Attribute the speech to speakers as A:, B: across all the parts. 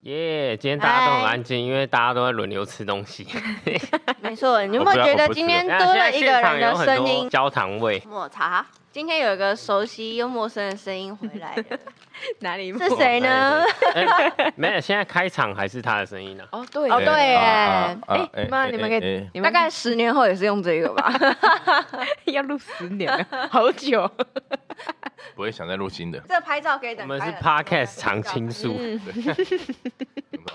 A: 耶、今天大家都很安静，因为大家都在轮流吃东 西。
B: 没错，你有
A: 我
B: 没
A: 哦不要
B: 有觉
A: 我
B: 得
A: 不吃
B: 今天
A: 等
B: 多
A: 下现在
B: 了一
A: 现
B: 个
A: 场
B: 人
A: 有
B: 的
A: 很
B: 声
A: 多
B: 音？
A: 焦糖味，
B: 抹茶，今天有一个熟悉又陌生的声音回 来了，
C: 哪里？
B: 是谁呢？
A: 哎没有，现在开场还是他的声音啊呢、
C: 哦，对
B: 哦，
C: 耶，
B: 对耶，
C: 哎，妈，你们可以，你
B: 大
C: 们
B: 概十年后也是用这个 吧。
C: 要录十年了， 好久。
D: 不会想再录新的。
B: 这拍照可以等
A: 我们
B: 开
A: 是
B: 了嗯再拍
A: podcast 常青树。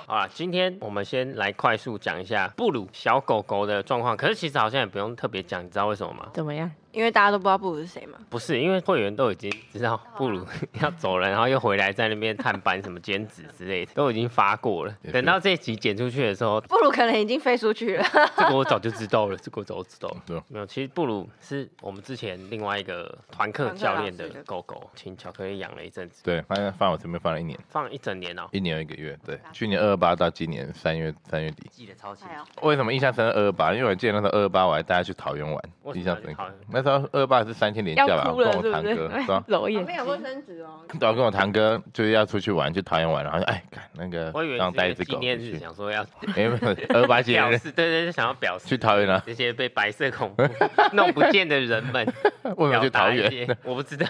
A: 好啦，今天我们先来快速讲一下布鲁小狗狗的状况。可是其实好像也不用特别讲，你知道为什么吗？
C: 怎么样？
B: 因为大家都不知道布鲁是谁嘛。
A: 不是，因为会员都已经知
B: 哦
A: 道布鲁 要走了，然后又回来在那边探班、什么兼职之类的，都已经发过了
D: 也。是
A: 等到这一集剪出去的时候，
B: 布鲁可能已经飞出去了，
A: 这个我早就知道了，这个我早就知道了。
D: 对啊，
A: 没有，其实布鲁是我们之前另外一个团课
B: 团课
A: 教练
B: 老
A: 的
B: 师的
A: 狗狗，请巧克力养了一阵子，
D: 对，放放我这边放了一年，
A: 放一整年哦、
D: 一年有一个月。对，去年二二八到今年三月三月底。
A: 记得超清
B: 哎呦
D: 为什么印象深二二八？因为我记得那时候二二八我还带他去桃园玩，
A: 为什么
D: 印
A: 要
D: 象
A: 去
D: 深
A: 桃
D: 刻
A: 园。
D: 那时候二二八是三天连假
C: 要
D: 吧，
C: 哭
D: 我
C: 了
D: 啊跟我
C: 是不
D: 堂哥， 对
C: 是
D: 吧？？
C: 揉眼
B: 旁边有卫
C: 睛。
B: 生纸哦。
D: 对啊，跟我堂哥就是要出去玩，去桃园玩，然后就哎，看那个
A: 我以为
D: 让带一
A: 是
D: 只
A: 纪
D: 狗
A: 念
D: 回
A: 日，
D: 去，
A: 想说 要
D: 哎，没有二二八纪念
A: 表
D: 日
A: 示，对对，就想要表示
D: 去桃园啊？
A: 这些被白色恐怖 弄不见的人们，
D: 为什么
A: 表
D: 去
A: 达
D: 桃
A: 一
D: 园？
A: 些，我不知 道，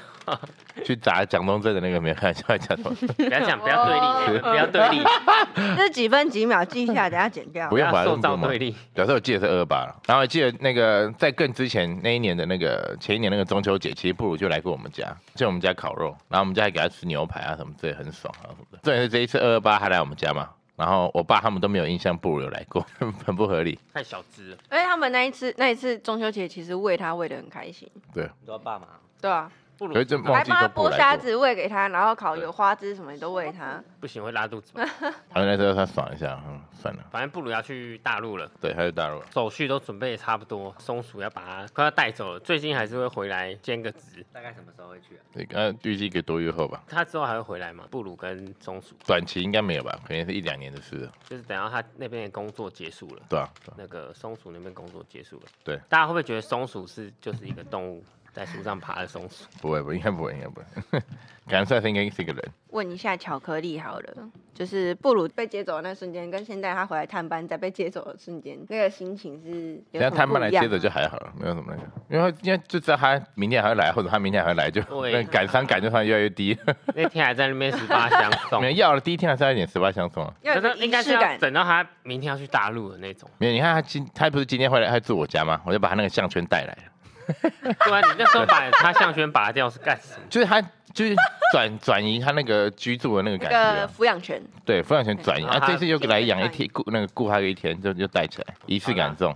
D: 去砸蒋中正的那个没有看，笑讲中
A: 不要讲，不要对立，我们
B: 哦
A: 不要对立，
B: 这是几分几秒记一下，等下剪掉
D: 不。要
A: 要
D: 把它
A: 塑
D: 弄
A: 造
D: 嘛
A: 对立。
D: 表示我记得是二八了，然后我记得那个在更之前那一年的那个前一年那个中秋节，其实布鲁就来过我们家，就我们家烤肉，然后我们家还给他吃牛排啊什么，这也很爽啊什么的。重点是这一次二二八还来我们家嘛，然后我爸他们都没有印象布鲁有来过，很很不合理。
A: 太小只了，
B: 而且他们那一次那一次中秋节，其实喂他喂的很开心。
A: 你知道爸妈
B: 对啊，
A: 不
D: 可
A: 如
D: 是这忘
B: 还
D: 记
B: 帮他
D: 说布鲁
B: 剥
D: 来
B: 虾
D: 过，
B: 子喂给他，然后烤
D: 对
B: 有花枝什么的都喂他。
A: 不行会拉肚子吧，
D: 然后那时候他爽一下，嗯，算了，
A: 反正布鲁要去大陆了。
D: 对，他就大陆了。
A: 手续都准备的差不多，松鼠要把它快要带走了，最近还是会回来兼个职。
E: 大概什么时候会去啊？
D: 对，呃，预计一个多月后吧，
A: 它之后还会回来吗？布鲁跟松鼠，
D: 短期应该没有吧，可能是一两年的事了，
A: 就是等到它那边的工作结束了。
D: 对啊，对啊
A: 那个松鼠那边工作结束了。
D: 对，
A: 大家会不会觉得松鼠是就是一个动物在树上爬的松鼠？
D: 不会，不会，应该不会，应该不会，感觉出来他应该是一个人，
B: 问一下巧克力好了，就是布鲁嗯被接走的那瞬间，跟现在他回来探班再被接走的瞬间，那个心情是有
D: 等下
B: 什么
D: 他们
B: 不
D: 来
B: 一样
D: 接着就
B: 吗
D: 还好了，没有什么那个，因为因为就知道他明天还会来，或者他明天还会来，就
A: 对
D: 那感伤感就上越来越低。
A: 那天还在那边十八相送
D: 没，有要了，第一天还是要一点十八相送啊。
B: 要有
A: 那
B: 个
A: 是应
B: 仪
A: 该是
B: 式
A: 要
B: 感。
A: 等到它明天要去大陆的那种。
D: 没有，你看他今他不是今天回来，他住我家吗？我就把他那个项圈带来 了，
A: 对啊，你那时候把它项圈拔掉是干什么？
D: 就是他就是转转移他那个居住的那个
B: 那
D: 感觉
B: 个啊
D: 啊、
B: 抚养权，
D: 对，抚养权转移
A: 然后
D: 啊，
A: 他
D: 这次又来养一
B: 天
D: 天，顾那个顾他一天，就就带起来，仪式感重。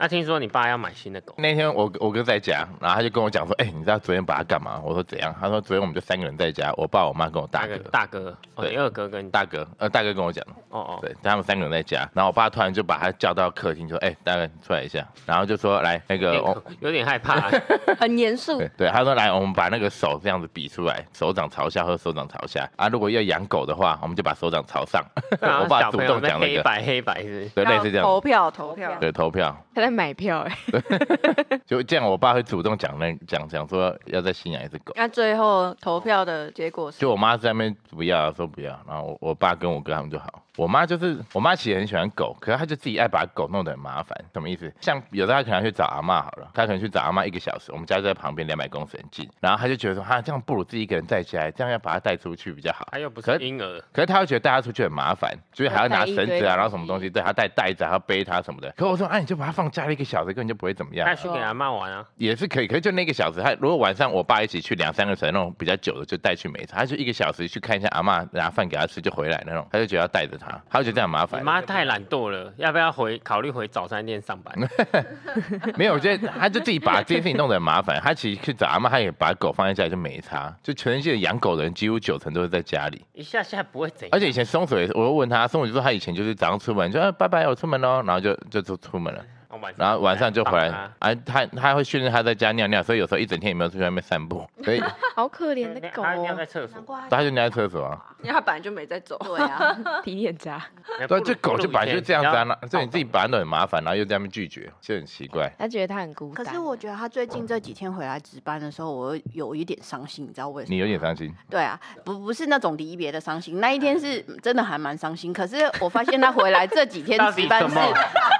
A: 那、啊听说你爸要买新的狗，
D: 那天我我哥在家，然后他就跟我讲说，哎、你知道昨天把他干嘛？我说怎样？他说昨天我们就三个人在家，我爸、我妈跟我大
A: 大
D: 哥
A: 哥，大哥，哦，
D: 对
A: 你二哥跟你大
D: 大哥，呃，大哥跟我讲的。
A: 哦哦，
D: 对，他们三个人在家，然后我爸突然就把他叫到客厅，说：“哎、大哥出来一下。”然后就说：“来，那个
A: 有
D: 我，
A: 点有点害怕、啊
B: 很严肃
D: 对。对，他说来，我们把那个手这样子比出来，手掌朝下或手掌朝下啊。如果要养狗的话，我们就把手掌朝上。
A: 然
D: 我
A: 后
D: 爸
A: 啊小
D: 主
A: 朋友
D: 动
A: 在
D: 讲那
A: 黑
D: 个，
A: 白黑白是不是
D: 对，类
B: 要
D: 似这样，
B: 投票投票，
D: 对，投票，
C: 他在买票哎，
D: 就这样，我爸会主动讲那讲讲说要再新养一只狗。
B: 那最后投票的结果是
D: 就我妈在那边不要说不要，然后我我爸跟我哥他们就好。我妈就是我妈，其实很喜欢狗，可是她就自己爱把狗弄得很麻烦。什么意思？像有时候她可能要去找阿嬷好了，她可能去找阿嬷一个小时，我们家就在旁边两百公尺很近，然后她就觉得说，哈、啊这样不如自己一个人在家，这样要把它带出去比较好。
A: 他又不是
D: 可
A: 婴儿，
D: 可是她又觉得带它出去很麻烦，就是还要拿绳
C: 要带一
D: 子
C: 堆
D: 啊，然后什么东西，对，还要带袋子啊，还要背它什么的。可我说，啊，你就把它放家里一个小时，根本就不会怎么样啊、
A: 他去给阿妈玩啊，
D: 也是可以，可是就那个小时，他如果晚上我爸一起去两三个城那种比较久的，就带去没差。他就一个小时去看一下阿妈，拿饭给他吃就回来那种，他就觉得要带着他，他就觉得这样麻
A: 你
D: 烦。
A: 妈太懒惰了，要不要回考虑回早餐店上班？
D: 嗯没有，我觉得他就自己把这件事情弄得很麻烦。他其实去找阿妈，他也把狗放在家里就没差。就全世界养狗的人几乎九成都是在家里，
A: 一下下不会怎样
D: 而，且以前松鼠也是，我又问他，松鼠就说他以前就是早上出门就、啊、拜拜，我出门喽，然后就就就出门了。
A: 我哦晚上
D: 然后晚上就回来
A: 放
D: 啊，他他会训练他在家尿尿，所以有时候一整天也没有出去外面散步，所以
C: 好可怜的
A: 它
C: 狗
A: 它一定要在
C: 哦，
A: 厕所。
D: 他就尿在厕所啊。
B: 因为他本来就没在走。
E: 对啊，
C: 体检渣。
D: 对啊，这狗就本来就这样子啊，
A: 子。
D: 那所以你自己把它弄得很麻烦，然后又在那边拒绝，就很奇怪。
A: 啊
C: 他觉得他很孤
E: 可
C: 单。
E: 是我觉得他最近这几天回来值班的时候，我有一点伤心，你知道为什么吗？
D: 你有点伤心，
E: 对啊，不不是那种离别的伤心，那一
D: 哎
E: 天是真的还蛮伤心。可是我发现他回来这几天
A: 到
E: 值
A: 底
E: 班
A: 什
E: 是，
A: 么？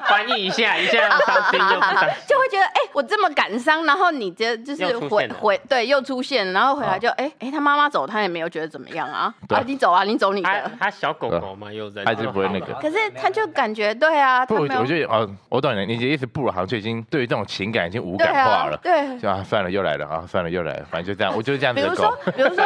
A: 翻译一下，一下要伤心又不伤心。
E: 就会觉得哎、我这么感伤，然后你这就
A: 又
E: 是
A: 出现
E: 回
A: 了
E: 回对又出现，然后回来就哎哎、他妈妈走，他也没有觉得怎么样啊，
D: 对
E: 啊你走啊，你走你
A: 它
E: 的。
A: 它小狗狗嘛，有人
D: 它就不会那个
E: 可是他就感觉对啊，
D: 不
E: 他
D: 如，
E: 没有
D: 我觉得哦，我懂你，你的意思，布鲁好像就已经对于这种情感已经无
E: 对
D: 感化
E: 啊
D: 了，，
E: 对。
D: 就啊算了，又来了啊，算了又来了，反正就这样，我就是这样
E: 比
D: 子
E: 如
D: 的
E: 说
D: 狗。，
E: 比如说，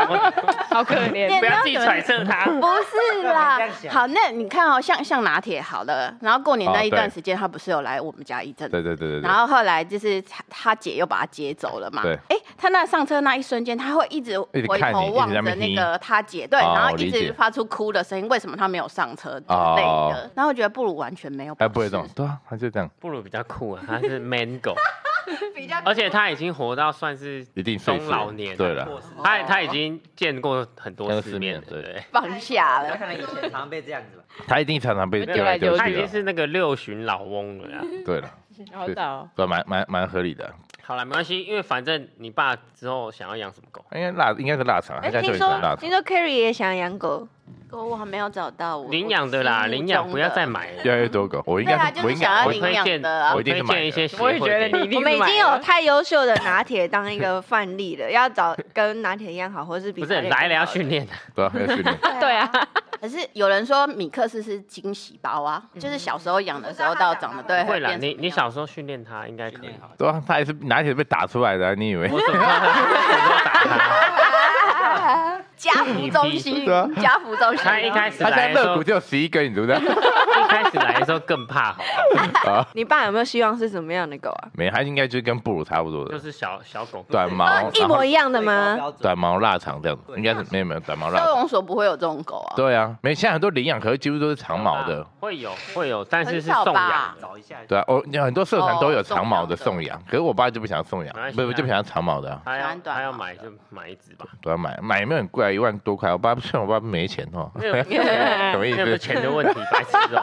C: 好可怜。
A: 不要自己揣测它。
E: 不是啦
A: 这样。想
E: 好，那你看哦，像像拿铁好了，然后过年
D: 哦
E: 那一段
D: 对
E: 时间，他不是有来我们家一阵子
D: 对对对对对
E: 然。后后来就是他他姐又把他接走了嘛。
D: 对
E: 哎，他那上车那一瞬间，他会一直
D: 一直
E: 回
D: 看你
E: 头
D: 一直
E: 望
D: 在
E: 着
D: 那边
E: 那
D: 听
E: 个他姐，对，
D: 哦
E: 然后
D: 我
E: 一
D: 理
E: 直
D: 解
E: 发出哭的声音。为什么他没有上车之类的？
D: 哦
E: 然后我觉得布鲁完全没有，
D: 他不会这种，对啊，他就这样，
A: 布鲁比较酷啊，它是 man 狗，
E: 比较
A: 而且它已经活到算是
D: 一定岁数
A: 中老年。
D: 对了，
A: 它它已经见过很多
D: 见过
A: 世
D: 世
A: 面
D: 面
A: 了，
D: 对
A: 对。
E: 放下
F: 他
E: 了。
D: 哎
F: 可能以前常被这样子吧。
D: 他一定常常被
C: 被
E: 啊
D: 丢来
C: 丢
D: 丢
A: 它
C: 来
D: 去
A: 已经
D: 的，
A: 是那个六旬老翁了啦。
D: 对了，
C: 好早。
D: 对，啊蛮蛮蛮合理的，
A: 好了，没关系，因为反正你爸之后想要养什么狗，
D: 应该腊应该是腊肠，他
B: 哎，
D: 家
B: 听
D: 就很喜欢腊
B: 说
D: 肠
B: 听，说 Carrie 也想养狗，
E: 狗我还没有找到，我
A: 领养的啦，
E: 我心目
A: 领养
E: 中
A: 不要
E: 的
A: 再买了。
D: 越来越多狗，我应
E: 对啊
D: 该
E: 就是
D: 我应
E: 想要
D: 该
A: 我
E: 领
A: 推
E: 养
A: 荐，
E: 的啊
A: 我
D: 我一定
A: 推
D: 是买
A: 荐一
D: 的
A: 些协
C: 我
A: 会
C: 也觉得
A: 给
C: 你一定
B: 我
C: 是
B: 们已
C: 买
B: 经有
C: 了
B: 太优秀的拿铁当一个范例了，要找跟拿铁一样好，或是比
A: 不是
B: 拿铁
A: 来了
B: 更
A: 要
B: 好的
A: 训练的，
D: 对啊，要训练，
C: 对啊，
E: 可是有人说米克斯是惊喜包啊，就是小时候养的时候到长得对，
A: 会啦，
E: 变成
A: 你你
E: 什么样
A: 小时候训练它应该可以。
D: 对啊，他也是拿铁被打出来的啊，你以为？
A: 我怎么打它？
E: 家福中心
D: 对啊，
E: 家福中心，
A: 它一开始
D: 他在
A: 来的时
D: 乐
A: 候
D: 谷，就有十一根，你知不知道？ 啊
A: 一开始来的时候更怕，好吧
B: 你爸有没有希望是什么样的狗啊？
D: 没，他应该就是跟布鲁差不多
A: 就
D: 的，
A: 是小小狗。
D: 短毛，
B: 啊一
D: 然后
B: 模一样的吗？
D: 短毛腊肠这样子，应该是没有没有短毛腊
E: 收
D: 肠，
E: 容所不会有这种狗啊。
D: 啊对啊，没，现在很多领养，可是几乎都是长毛的，
A: 会有会有，但是
E: 很
A: 是
E: 少
A: 送
E: 吧
A: 养的。
F: 找一下，
D: 对啊，我很多社团都有
E: 哦
D: 长毛的
E: 送
D: 送养，可是我爸就不想送养
A: 没关，系
D: 不
A: 啊
D: 不就不想长毛的啊，
A: 他
E: 喜
A: 要
E: 欢短
A: 他要
E: 毛
A: 买
E: 的
A: 就买一只吧，
D: 都要买，买也没有很贵啊，一万多块，我爸虽然我爸没钱哦，
A: 那个
D: 什么意
A: 那不是
D: 思？
A: 钱的问题，白痴哦。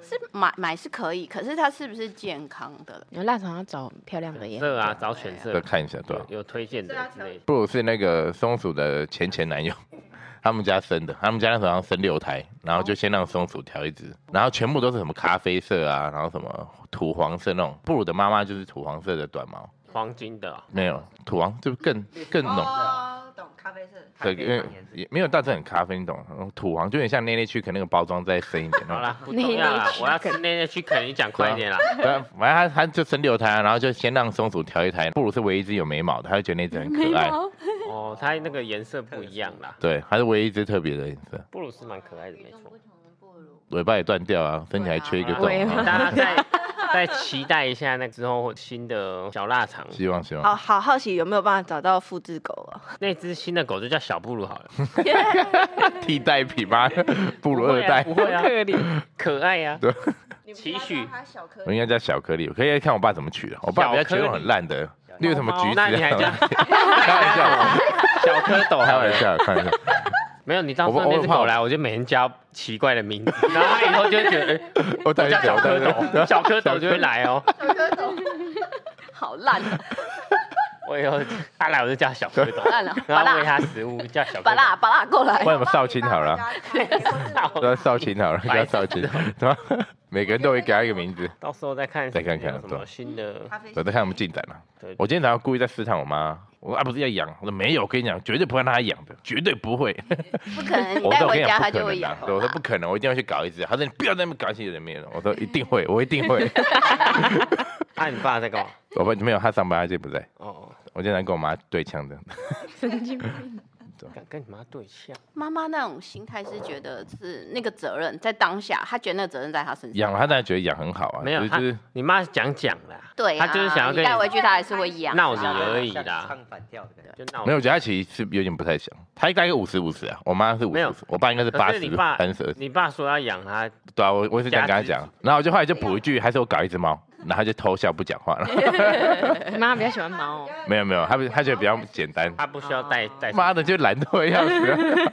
E: 是买买是可以，可是它是不是健康的？
C: 你们腊肠要找漂亮的耶。
A: 色啊，找犬
D: 再
A: 色，
D: 看一下，对啊
A: 有，有推荐的之类的。
D: 布鲁是那个松鼠的前前男友， 他们家生的，他们家那时候好像生六胎，然后就先让松鼠调一只，然后全部都是什么咖啡色啊，然后什么土黄色那种。布鲁的妈妈就是土黄色的短毛，
A: 黄金的哦，
D: 没有土黄就更更浓。
B: 哦，懂咖啡色。
D: 对，因为也没有到这很咖啡，你懂？土黄就有点像内内区，可能那个包装再深一点。
A: 好，啦，不
C: 内
A: 重要
C: 内
A: 啦，
C: 驱
A: 我要吃内内去，肯你讲快一点啦。
D: 嗯 对啊，反正他他就生六胎啊，然后就先让松鼠调一胎。布鲁是唯一一只有眉毛的，他就觉得那只很可爱。
A: 哦，它那个颜色不一样啦，
D: 对，它是唯一一只特别的颜色，
A: 布鲁斯蛮可爱的，没错。
D: 尾巴也断掉啊，身体还缺一个洞
C: 尾巴
D: 啊。
A: 大家再再期待一下那之后新的小腊肠，
D: 希望希望。
B: 好好好奇有没有办法找到复制狗 啊？
A: 那只新的狗就叫小布鲁好了。
D: 替代 品吗？布鲁二代
A: 不，会啊，不
C: 可
A: 会啊
C: 怜，
A: 可爱啊呀。
D: 对
A: 期许
D: 我应该叫小颗粒。我可以看我爸怎么取的。我爸比较取那种很烂的，例如什么橘子
A: 那
D: 啊。
A: 你还叫
D: 开玩笑，啊
A: 小蝌蚪
D: 开
A: 好了
D: 玩？笑，开玩笑。
A: 没有，你到时候那只狗来，我就每天叫奇怪的 名字，然后它以后就会觉得，哎，
D: 我等一
A: 叫
D: 下，
A: 小
D: 我
A: 蝌
D: 等一
A: 蚪，
D: 下。
A: 小蝌蚪就会来 哦。
E: 好烂哦，
A: 我以后它来我就叫小蝌 蚪，
E: 烂了，啊巴
A: 然后喂
E: 拉
A: 它食物，叫小
E: 巴
A: 蝌蚪。
E: 拉巴拉过来
D: 不。然我们少卿好了啊，
B: 哎
A: 到
D: 要少卿好了，
A: 白
D: 要
A: 痴
D: 少卿。对吧？ 每个人都会给他一个名字。
A: 到时候再看，
D: 再看看
A: 有什么
D: 对
A: 新的。
D: 我在看我们进展了
A: 对。
D: 我今天早上故意在试探我妈，我说啊不是要养，我说没有，我跟你讲，绝对不会让她养的，绝对 不会。
E: 不可能，你
D: 我
E: 带
D: 说我跟
E: 回
D: 你
E: 家
D: 讲
E: 它
D: 不
E: 就
D: 可
E: 会
D: 能
E: 养
D: 啊，。对我说不可能，我一定要去搞一只。她说你不要在那边搞一些有的没有的。我说一定会，我一 定会。
A: 啊，你爸在干嘛？
D: 我爸没有，他上班，他就不在。
A: 哦，
D: 我经常跟我妈对呛的，
C: 神经病。
D: 对，
A: 敢跟你妈对象，
E: 妈妈那种心态是觉得是那个责任在当下，她觉得那个责任在她身上。
D: 养了他当然觉得养很好啊，
A: 没有
D: 只是
A: 他
D: 就是
A: 你妈讲讲啦，
E: 对、啊，
A: 她就是想要跟
E: 你带
A: 你
E: 回去，她还是会养啊。
A: 闹你而已
F: 像
A: 啦，
F: 唱反调的感觉。
A: 就闹
D: 没有，我觉得他其实是有点不太像，他大概五十五十啊，我妈是五
A: 哦没
D: 十
A: 有，
D: 我爸应该是八
A: 可
D: 十
A: 是你爸
D: 三十二，
A: 你爸说要养他，
D: 对啊，我我也是这样跟他讲，然后我就后来就补一句，还是我搞一只猫，然后他就偷笑不讲话了，
C: 你妈比较喜欢猫哦，
D: 没有没有，他不他觉得比较简 单，
A: 他不需要带带。
D: 妈的就懒惰的 要死，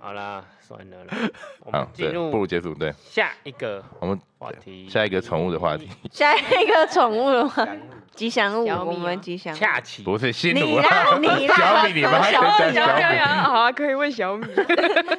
A: 好啦，算了啦，我们
D: 好，
A: 进
D: 嗯对，不
A: 入
D: 如结束，对
A: 下一个
D: 我们
A: 话题，
D: 下一个宠物的话题，
B: 下一个宠物的话，
F: 养
B: 吉祥物，
C: 小米
B: 我
C: 吗
B: 们吉祥物。
A: 恰奇，
D: 不是新
B: 你
D: 奴
B: 啦，
D: 啊，
B: 你
D: 小
B: 啦，
D: 米你妈
B: 小米
D: 跟
B: 小
D: 小米，
C: 好啊，可以问小米。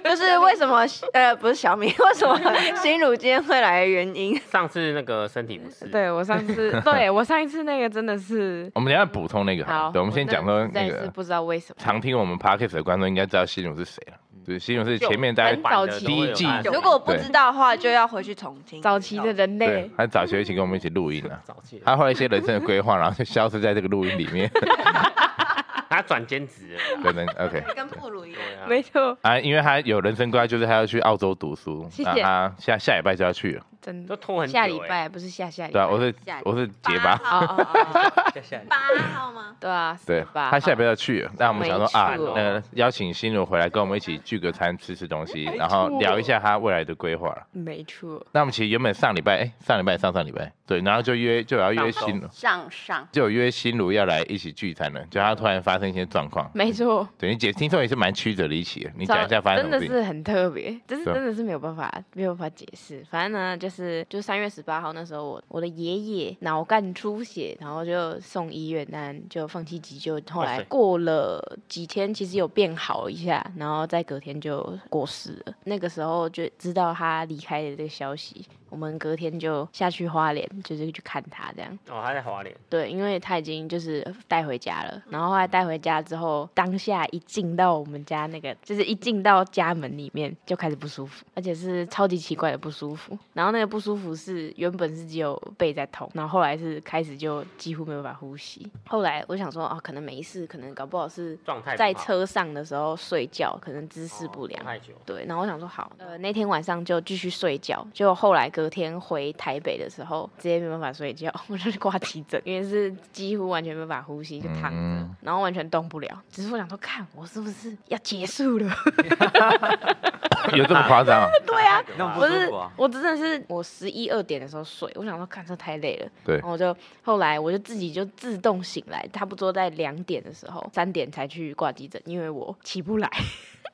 B: 就是为 什么呃不是小米， 为什么心如今天会来的原 因？
A: 上次那个身体不适，
C: 对我上次，对我上一次那个真的是
D: 我们等一下补充那个好了，
C: 好，
D: 对，我们先讲说
C: 真的
D: 那
C: 实在是
D: 个
C: 不知道为什么，
D: 常听我们 podcast 的观众应该知道新奴是谁了，
A: 嗯
D: 就是新奴是前面大
C: 很
D: 家
C: 早期
D: 第一季
B: 如果不知道的话，就要回去重听。
C: 早期的人
D: 对
C: 类，
D: 他早学一起跟我们一起录音啊。
A: 早期
D: 他后来一些人生的 规划，然后就消失在这个录音里面。
A: 他转兼职了啦，
D: 等等，OK
B: 跟布鲁一样，
A: 对啊
C: 没错，
D: 啊，因为他有人生规划，就是他要去澳洲读书，
C: 谢
D: 那
C: 谢
D: 他下下礼拜就要去了。
C: 真
A: 都
C: 的。
A: 拖很久欸
C: 下礼拜不是下下礼
D: 对
C: 拜
D: 啊，，我是
E: 下礼拜
D: 我是结巴，
C: 哦哦哦，哦
F: 下下来
B: 八号 吗？
C: 对啊，
D: 对
C: 是，吧？
D: 他下礼拜要去了。那我们想说啊，
C: 没错
D: 那个邀请心如回来跟我们一起聚个餐，吃吃东
C: 哎
D: 西，然后聊一下他未来的规划。
C: 没错，
D: 那我们其实原本上礼拜，哎，上礼拜上上礼拜，对，然后就约就要约
A: 上周
D: 心如，
E: 上上
D: 就有约心如要来一起聚餐了，就他突然发生一些状况，
C: 没错。
D: 等于姐听说也是蛮曲折离奇的。 你讲一下发生什么
C: 真的
D: 事情？啊
C: 是很特别，这是
D: 对
C: 真的是没有办法没有办法解释。反正呢，就是就三月十八号那时候我，我的爷爷脑干出血，然后就送医院，但就放弃急救。后
A: 哇
C: 来
A: 塞
C: 过了几天，其实有变好一下，然后再隔天就过世了。那个时候就知道他离开的这个消息。我们隔天就下去花莲，就是去看他这样。
A: 哦，他在华联，
C: 对，因为他已经就是带回家了，然后后来带回家之后，当下一进到我们家那个，就是一进到家门里面就开始不舒服，而且是超级奇怪的不舒服。然后那个不舒服是原本是只有背在痛，然后后来是开始就几乎没有办法呼吸。后来我想说，哦，可能没事，可能搞不好是
A: 状态不好
C: 在车上的时候睡觉，可能姿势不良
A: 哦。太久，
C: 对，然后我想说好，呃，那天晚上就继续睡觉，结果后来隔天回台北的时候，直接没办法睡觉， 我就去挂急诊，因为是几乎完全没办法呼吸，就躺着，
D: 嗯
C: 然后完全动不了。只是我想说，看我是不是要结束了？
D: 有这么夸张啊？
C: 对啊，
F: 那种不
C: 我
F: 舒
C: 是
F: 服啊，
C: 我真的是我十一二点的时候睡，我想说看这太累了，
D: 对
C: 然后我就后来我就自己就自动醒来，差不多在两点的时候，三点才去挂急诊，因为我起不来。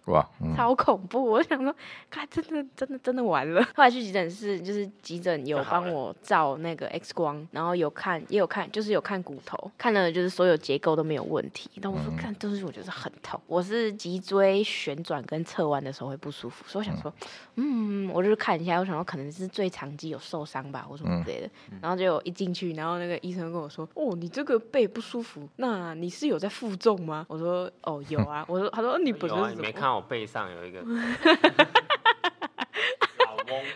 D: 哇，嗯，
C: 超恐怖！我想说，看，真的，真的，真的完了。后来去急诊室，就是急诊有
A: 就好了
C: 帮我照那个 X 光，然后有看，也有看，就是有看骨头，看了就是所有结构都没有问题。但我说
A: 嗯
C: 看，但是我觉得很痛。我是脊椎旋转跟侧弯的时候会不舒服，所以我想说，嗯，我就看一下，我想说可能是最长肌有受伤吧，或什
A: 嗯
C: 么之类的。然后就一进去，然后那个医生跟我说：“哦，你这个背不舒服，那你是有在负重吗？”我说：“哦，有啊。”我说：“他说呃你本
A: 有
C: 身
A: 啊，
C: 是
A: 你
C: 怎
A: 没
C: 么
A: 看我背上有一 个老翁，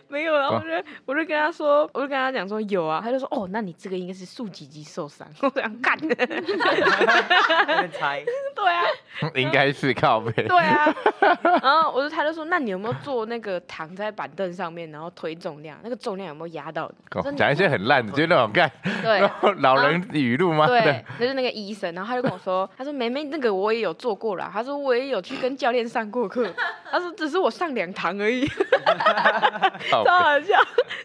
C: 没有，然后
D: 啊
C: 我就、我就跟他说，我就跟他讲说有啊，他就说哦，那你这个应该是竖脊肌受伤， 我想干的，
F: 那边猜，
C: 对啊，
D: 应该是靠背。
C: 对啊， 然后我就他就说，那你有没有做那个躺在板凳上面，然后推重量，那个重量有没有压到你？
D: 靠
C: 真的
D: 讲一些很烂的，就那种干
C: 对。啊
D: 老人语录吗？
C: 对，就是那个医生，然后他就跟我说， 他说梅梅那个我也有做过啦，他说我也有去跟教练上过课， 他说只是我上两堂而已，
D: 靠背
C: 超好笑。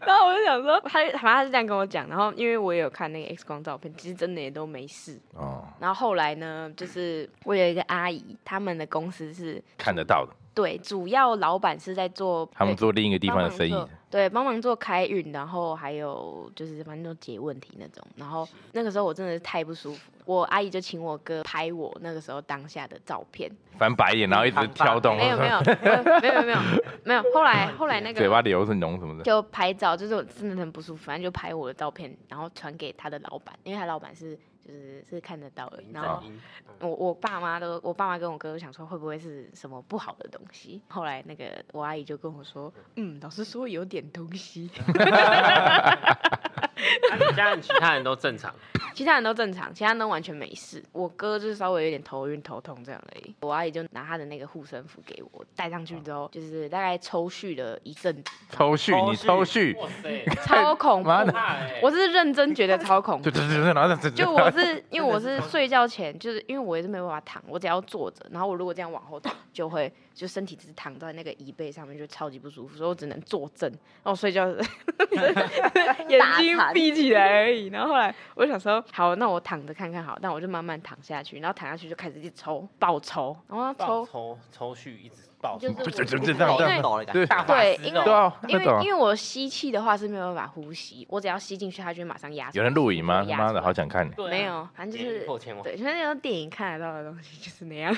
C: 然后我就想说，他反正他是这样跟我讲，然后因为我也有看那个 X 光照片，其实真的也都没事。
D: 哦，
C: 然后后来呢，就是我有一个阿姨，他们的公司是
D: 看得到的，
C: 对，主要老板是在做
D: 他们
C: 对
D: 做另一个地
C: 帮
D: 方的
C: 忙
D: 生意
C: 做，对，帮忙做开运，然后还有就是反正都解问题那种。然后那个时候我真的是太不舒服了，我阿姨就请我哥拍我那个时候当下的照片，
D: 翻白眼，然后一直挑动，
C: 没有 没有没有没有没有没有，后来后来那
D: 嘴
C: 个。
D: 巴流是脓什么的。
C: 就拍照，就是我真的很不舒服，反正就拍我的照片，然后传给他的老板，因为他老板是就是是看得到的，然
D: 哦
C: 后
A: 正音
C: 我我爸妈都，我爸妈跟我哥都想说会不会是什么不好的东西。后来那个我阿姨就跟我说，嗯，老师说有点东西。
A: 那啊你家人其他人都正常，
C: 其他人都正常，其他人都完全没事。我哥就是稍微有点头晕头痛这样而已。我阿姨就拿她的那个护身符给我戴上去之后，就是大概抽蓄了一阵子，
D: 抽蓄，你抽
F: 抽
D: 蓄，
A: 哇 塞，
C: 超恐怖。
D: 妈的，
C: 我是认真觉得超恐
D: 就
C: 怖
D: 就。就就然后 就
C: 就我是因为我是睡觉前，就是因为我也是没有办法躺，我只要坐着，然后我如果这样往后躺，就会就身体只是躺在那个椅背上面，就超级不舒服，所以我只能坐正，然后我睡觉的时候 眼睛闭起来而已。然后后来我就想说，好，那我躺着看看好，但我就慢慢躺下去，然后躺下去就开始一直抽，爆抽，然后
A: 抽
C: 抽。
A: 抽抽蓄一直爆，
C: 就是
D: 就
C: 我
D: 就就就这样这
C: 因为
D: 样，
F: 抖了感
D: 对
F: 觉，
A: 大法
C: 对
A: 师
C: 因为
A: 哦
D: 对啊，
C: 因为
D: 懂啊
C: 因为我吸气的话是没有办法呼吸，我只要吸进去，它就会马上压出
D: 有
C: 来。
D: 人录影吗？
C: 压
D: 妈
C: 出
D: 的，
C: 来
D: 好想看。
A: 对啊
C: 没有，反正就
A: 电
C: 是
A: 影破千万，
C: 对，就是那种电影看得到的东西就是那样，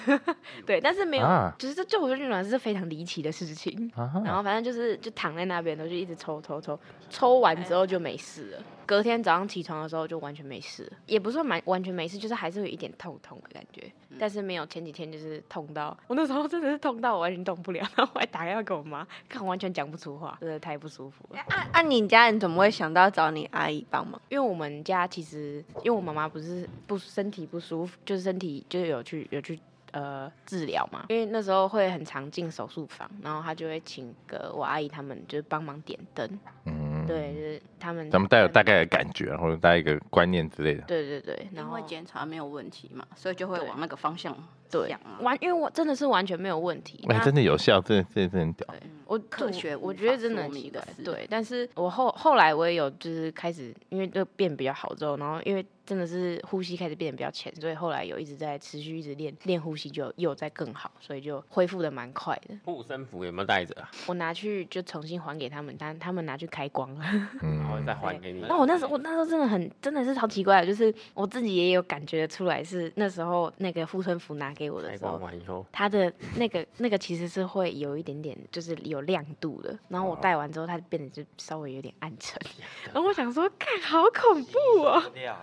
C: 对，但是没有，
D: 啊
C: 就是这对我就觉得是非常离奇的事情。然
D: 啊，
C: 后反正就是就躺在那边，然后就一直抽抽抽，抽完之后就没事了。隔天早上起床的时候就完全没事了，也不算蛮完全没事，就是还是有一点痛痛的感觉，
D: 嗯
C: 但是没有前几天就是痛到我那时候真的是痛到我完全动不了，然后我还打电话给我妈，看我完全讲不出话，真的太不舒服了。
B: 啊啊！你家人怎么会想到找你阿姨帮忙？
C: 因为我们家其实，因为我妈妈不是不身体不舒服，就是身体就是有去有去呃治疗嘛。因为那时候会很常进手术房，然后她就会请个我阿姨他们就是帮忙点灯，
D: 嗯，
C: 对，就是他们
D: 咱们带有大概的感觉，或者带一个观念之类的。
C: 对对对，然
E: 因
C: 后
E: 为检查没有问题嘛，所以就会
C: 对
E: 往那个方向
C: 对
E: 想啊。
C: 完，因为我真的是完全没有问题。
D: 哎，
C: 那
D: 真的有效，这这真的很屌。
C: 我
E: 科
C: 对
E: 学
C: 我
E: 无
C: 觉得
E: 法
C: 真的
E: 说
C: 很
E: 明
C: 奇
E: 的
C: 怪，
E: 事
C: 对。但是我后后来我也有就是开始，因为就变比较好之后，然后因为真的是呼吸开始变得比较浅，所以后来有一直在持续一直练练呼吸就，又在更好，所以就恢复的蛮快的。
A: 护身符有没有带着啊？
C: 我拿去就重新还给他们，但他们拿去开光了。
A: 然后
D: 嗯，
A: 再还给你。
C: 那我那时候，我那时候真的很，真的是超奇怪的，就是我自己也有感觉得出来，是那时候那个护身符拿给我的
A: 开
C: 时候
A: 光，完以后，
C: 它的那个那个其实是会有一点点，就是有亮度的。然
A: 哦
C: 后我戴完之后，它变得就稍微有点暗沉。然后我想说，看，好恐怖哦！
F: 不啊掉了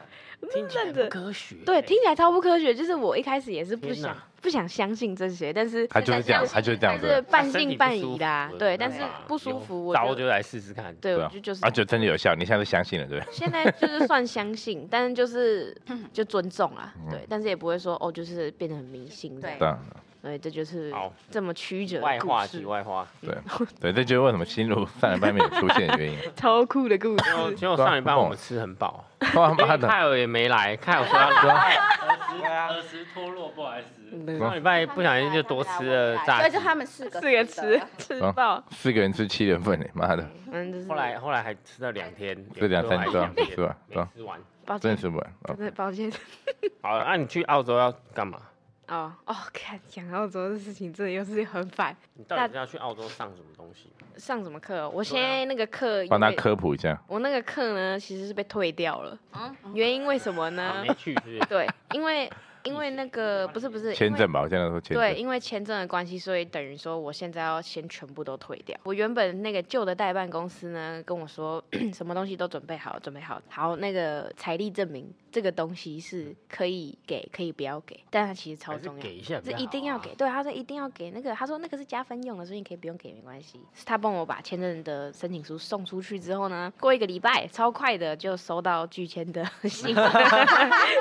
A: 听起来不科学欸。
C: 对，听起来超不科学。就是我一开始也是不
A: 天
C: 想
A: 哪
C: 不想相信这些，但是
D: 他就是这样，他就是这样
C: 但是
D: 子。
C: 半信半疑啦。
A: 身体不舒服了
C: 对，但是
A: 没办法
C: 不舒服，
A: 有
C: 我
A: 刀
C: 就
A: 就来试试看。
C: 对，
D: 对
C: 我
D: 啊
C: 就就是
D: 啊，就真的有效，你现在都相信了，对不对？
C: 现在就是算相信，但是就是就尊重啊，
A: 嗯
C: 对，但是也不会说哦，就是变得很迷信这样。
D: 对啊
C: 对，这就是
A: 好
C: 这么曲折
A: 外
C: 的
A: 话
C: 故
A: 题
C: 事，
A: 外 话。
D: 对，这就是为什么新路上来半面有出现的原因。
C: 超酷的故事。
A: 结果
D: 啊
A: 上一半我们吃很饱，
D: 哇
C: 哎
A: 因
D: 妈
A: 为
D: 的，
A: 凯尔也没来，凯尔说要来，
F: 对
C: 哎
F: 啊，
A: 时脱落，不好意
C: 对
A: 思
D: 啊
A: 上礼拜不小心就多吃了炸
E: 所以
A: 鸡
E: 就，他们四个
C: 四个
E: 吃
C: 吃
E: 的，
C: 吃
D: 啊
C: 爆，
D: 四个人吃七人份呢，妈的，
C: 嗯，就是
A: 后来后来还吃了两天，
D: 这两三
A: 有时候
D: 顿
A: 还一天
D: 是吧？对
A: 没
D: 啊，
A: 吃完。
C: 抱
D: 真
C: 歉
D: 的，吃不完。哦
C: 真的抱歉。
A: 好了，那你去澳洲要干嘛？
C: 哦哦，看讲澳洲的事情，真的又是很烦。
A: 你到底是要去澳洲上什么东西？
C: 上什么课？
A: 啊
C: 哦我现在那个课因
D: 帮他
C: 为
D: 科普一下，
C: 我那个课呢，其实是被退掉了。
E: 嗯
C: 原因为什么
A: 啊
C: 呢
A: 没？去 是不是？
C: 对，因为因为那个不是不是
D: 签
C: 因为
D: 证吧，我现在说签
C: 对，
D: 证。
C: 因为签证的关系，所以等于说我现在要先全部都退掉。我原本那个旧的代办公司呢，跟我说 什么东西都准备好，准备好，好那个财力证明这个东西是可以给，可以不要给，但它其实超
A: 还是
C: 重要。
A: 给一下，
C: 这一定
A: 啊
C: 要给，。对，他说一定要给那个，他说那个是加分用的，所以你可以不用给，没关系。是他帮我把签证的申请书送出去之后呢，过一个礼拜，超快的就收到拒签的 信，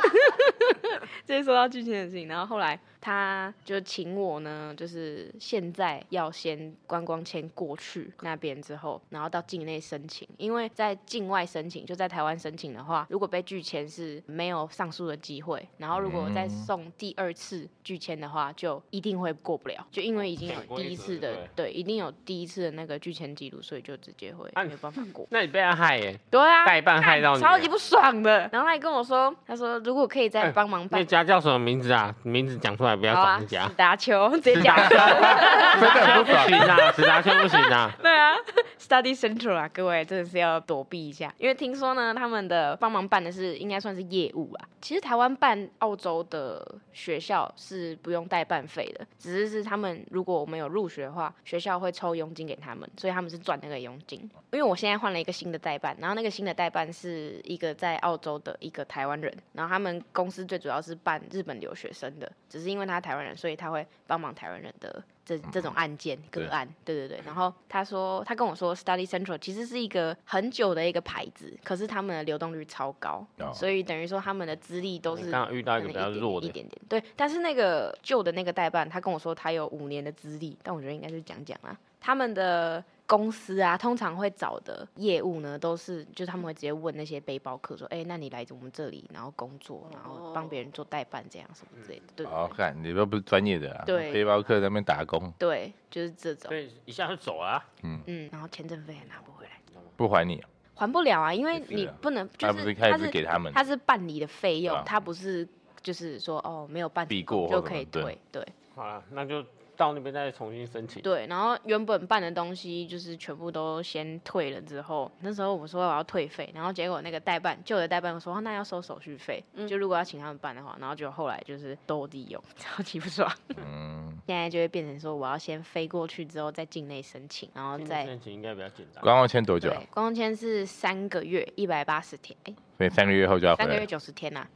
C: 直接收到拒签的信。然后后来他就请我呢，就是现在要先观光签过去那边之后，然后到境内申请，因为在境外申请，就在台湾申请的话，如果被拒签是没有上诉的机会，然后如果再
D: 嗯
C: 送第二次拒签的话，就一定会过不了，就因为已经
A: 潜
C: 有
A: 规
C: 第一
A: 则
C: 次的
A: 对
C: 对，一定有第一次的那个拒签记录，所以就直接会
A: 啊
C: 没有办法过。
A: 那你被他害耶，
C: 对啊，
A: 代办害到你了，
C: 超级不爽的。然后他还跟我说，他说如果可以再
A: 哎
C: 帮忙
A: 那
C: 办，
A: 家叫什么名字啊？名字讲出来，不要
C: 好
A: 找
C: 啊，
A: 人
C: 史
A: 家。
C: 达丘 直接讲，
A: 真的不行啊，史达轩不行啊。
C: 对啊，Study Central 啊，各位真的是要躲避一下，因为听说呢，他们的帮忙办的是应该算是业务啊。其实台湾办澳洲的学校是不用代办费的，只是是他们如果我们有入学的话，学校会抽佣金给他们，所以他们是赚那个佣金。因为我现在换了一个新的代办，然后那个新的代办是一个在澳洲的一个台湾人，然后他们公司最主要是办日本留学生的，只是因为他台湾人，所以他会帮忙台湾人的这这种案件
D: 对
C: 个案。对对对。然后他说，他跟我说，Study Central 其实是一个很久的一个牌子，可是他们的流动率超高，
D: 哦
C: 所以等于说他们的资历都
A: 你
C: 是
A: 刚好遇到一
C: 可
A: 个
C: 能
A: 比较
C: 点
A: 弱
C: 一
A: 的，
C: 点点。对，但是那个旧的那个代办，他跟我说他有五年的资历，但我觉得应该是讲讲啦。他们的公司啊，通常会找的业务呢，都是就是他们会直接问那些背包客说，哎、那你来我们这里，然后工作，然后帮别人做代办，这样什么之类的。对
D: 嗯好看，你又不是专业的啊，
C: 对
D: 背包客在那边打工
C: 对，就是这种
A: 所。以一下就走了啊。
C: 嗯，然后签证费还拿不回来，
D: 不还你，
C: 还不了啊，因为
D: 也是
C: 你
D: 啊
C: 不能
D: 他
C: 就
D: 不
C: 是
D: 是他也
C: 他
D: 不是
C: 是
D: 给他们，
C: 他是办理的费
D: 对
C: 用
D: 啊，
C: 他不是就是说哦没有办
D: 避
C: 成功
D: 过或
C: 就
D: 什
C: 可
D: 么
C: 以
D: 对
C: 退，对。
A: 好了，那就到那边再重新申请。
C: 对，然后原本办的东西就是全部都先退了之后，那时候我说我要退费，然后结果那个代办旧的代办说、哦那要收手续费，就如果要请他们办的话，然后就后来就是都我自己用， 超级不爽。
D: 嗯，
C: 现在就会变成说我要先飞过去之后在境内申请，然后
A: 现在
C: 啊再。
A: 申请应该比较简单。
D: 观光签多久啊？，
C: 对观光签是三个月，一百八十天，哎、
D: 所以三个月后就
A: 啊
D: 要回
C: 三个
D: 来
C: 月
D: 了，
C: 九十天呐、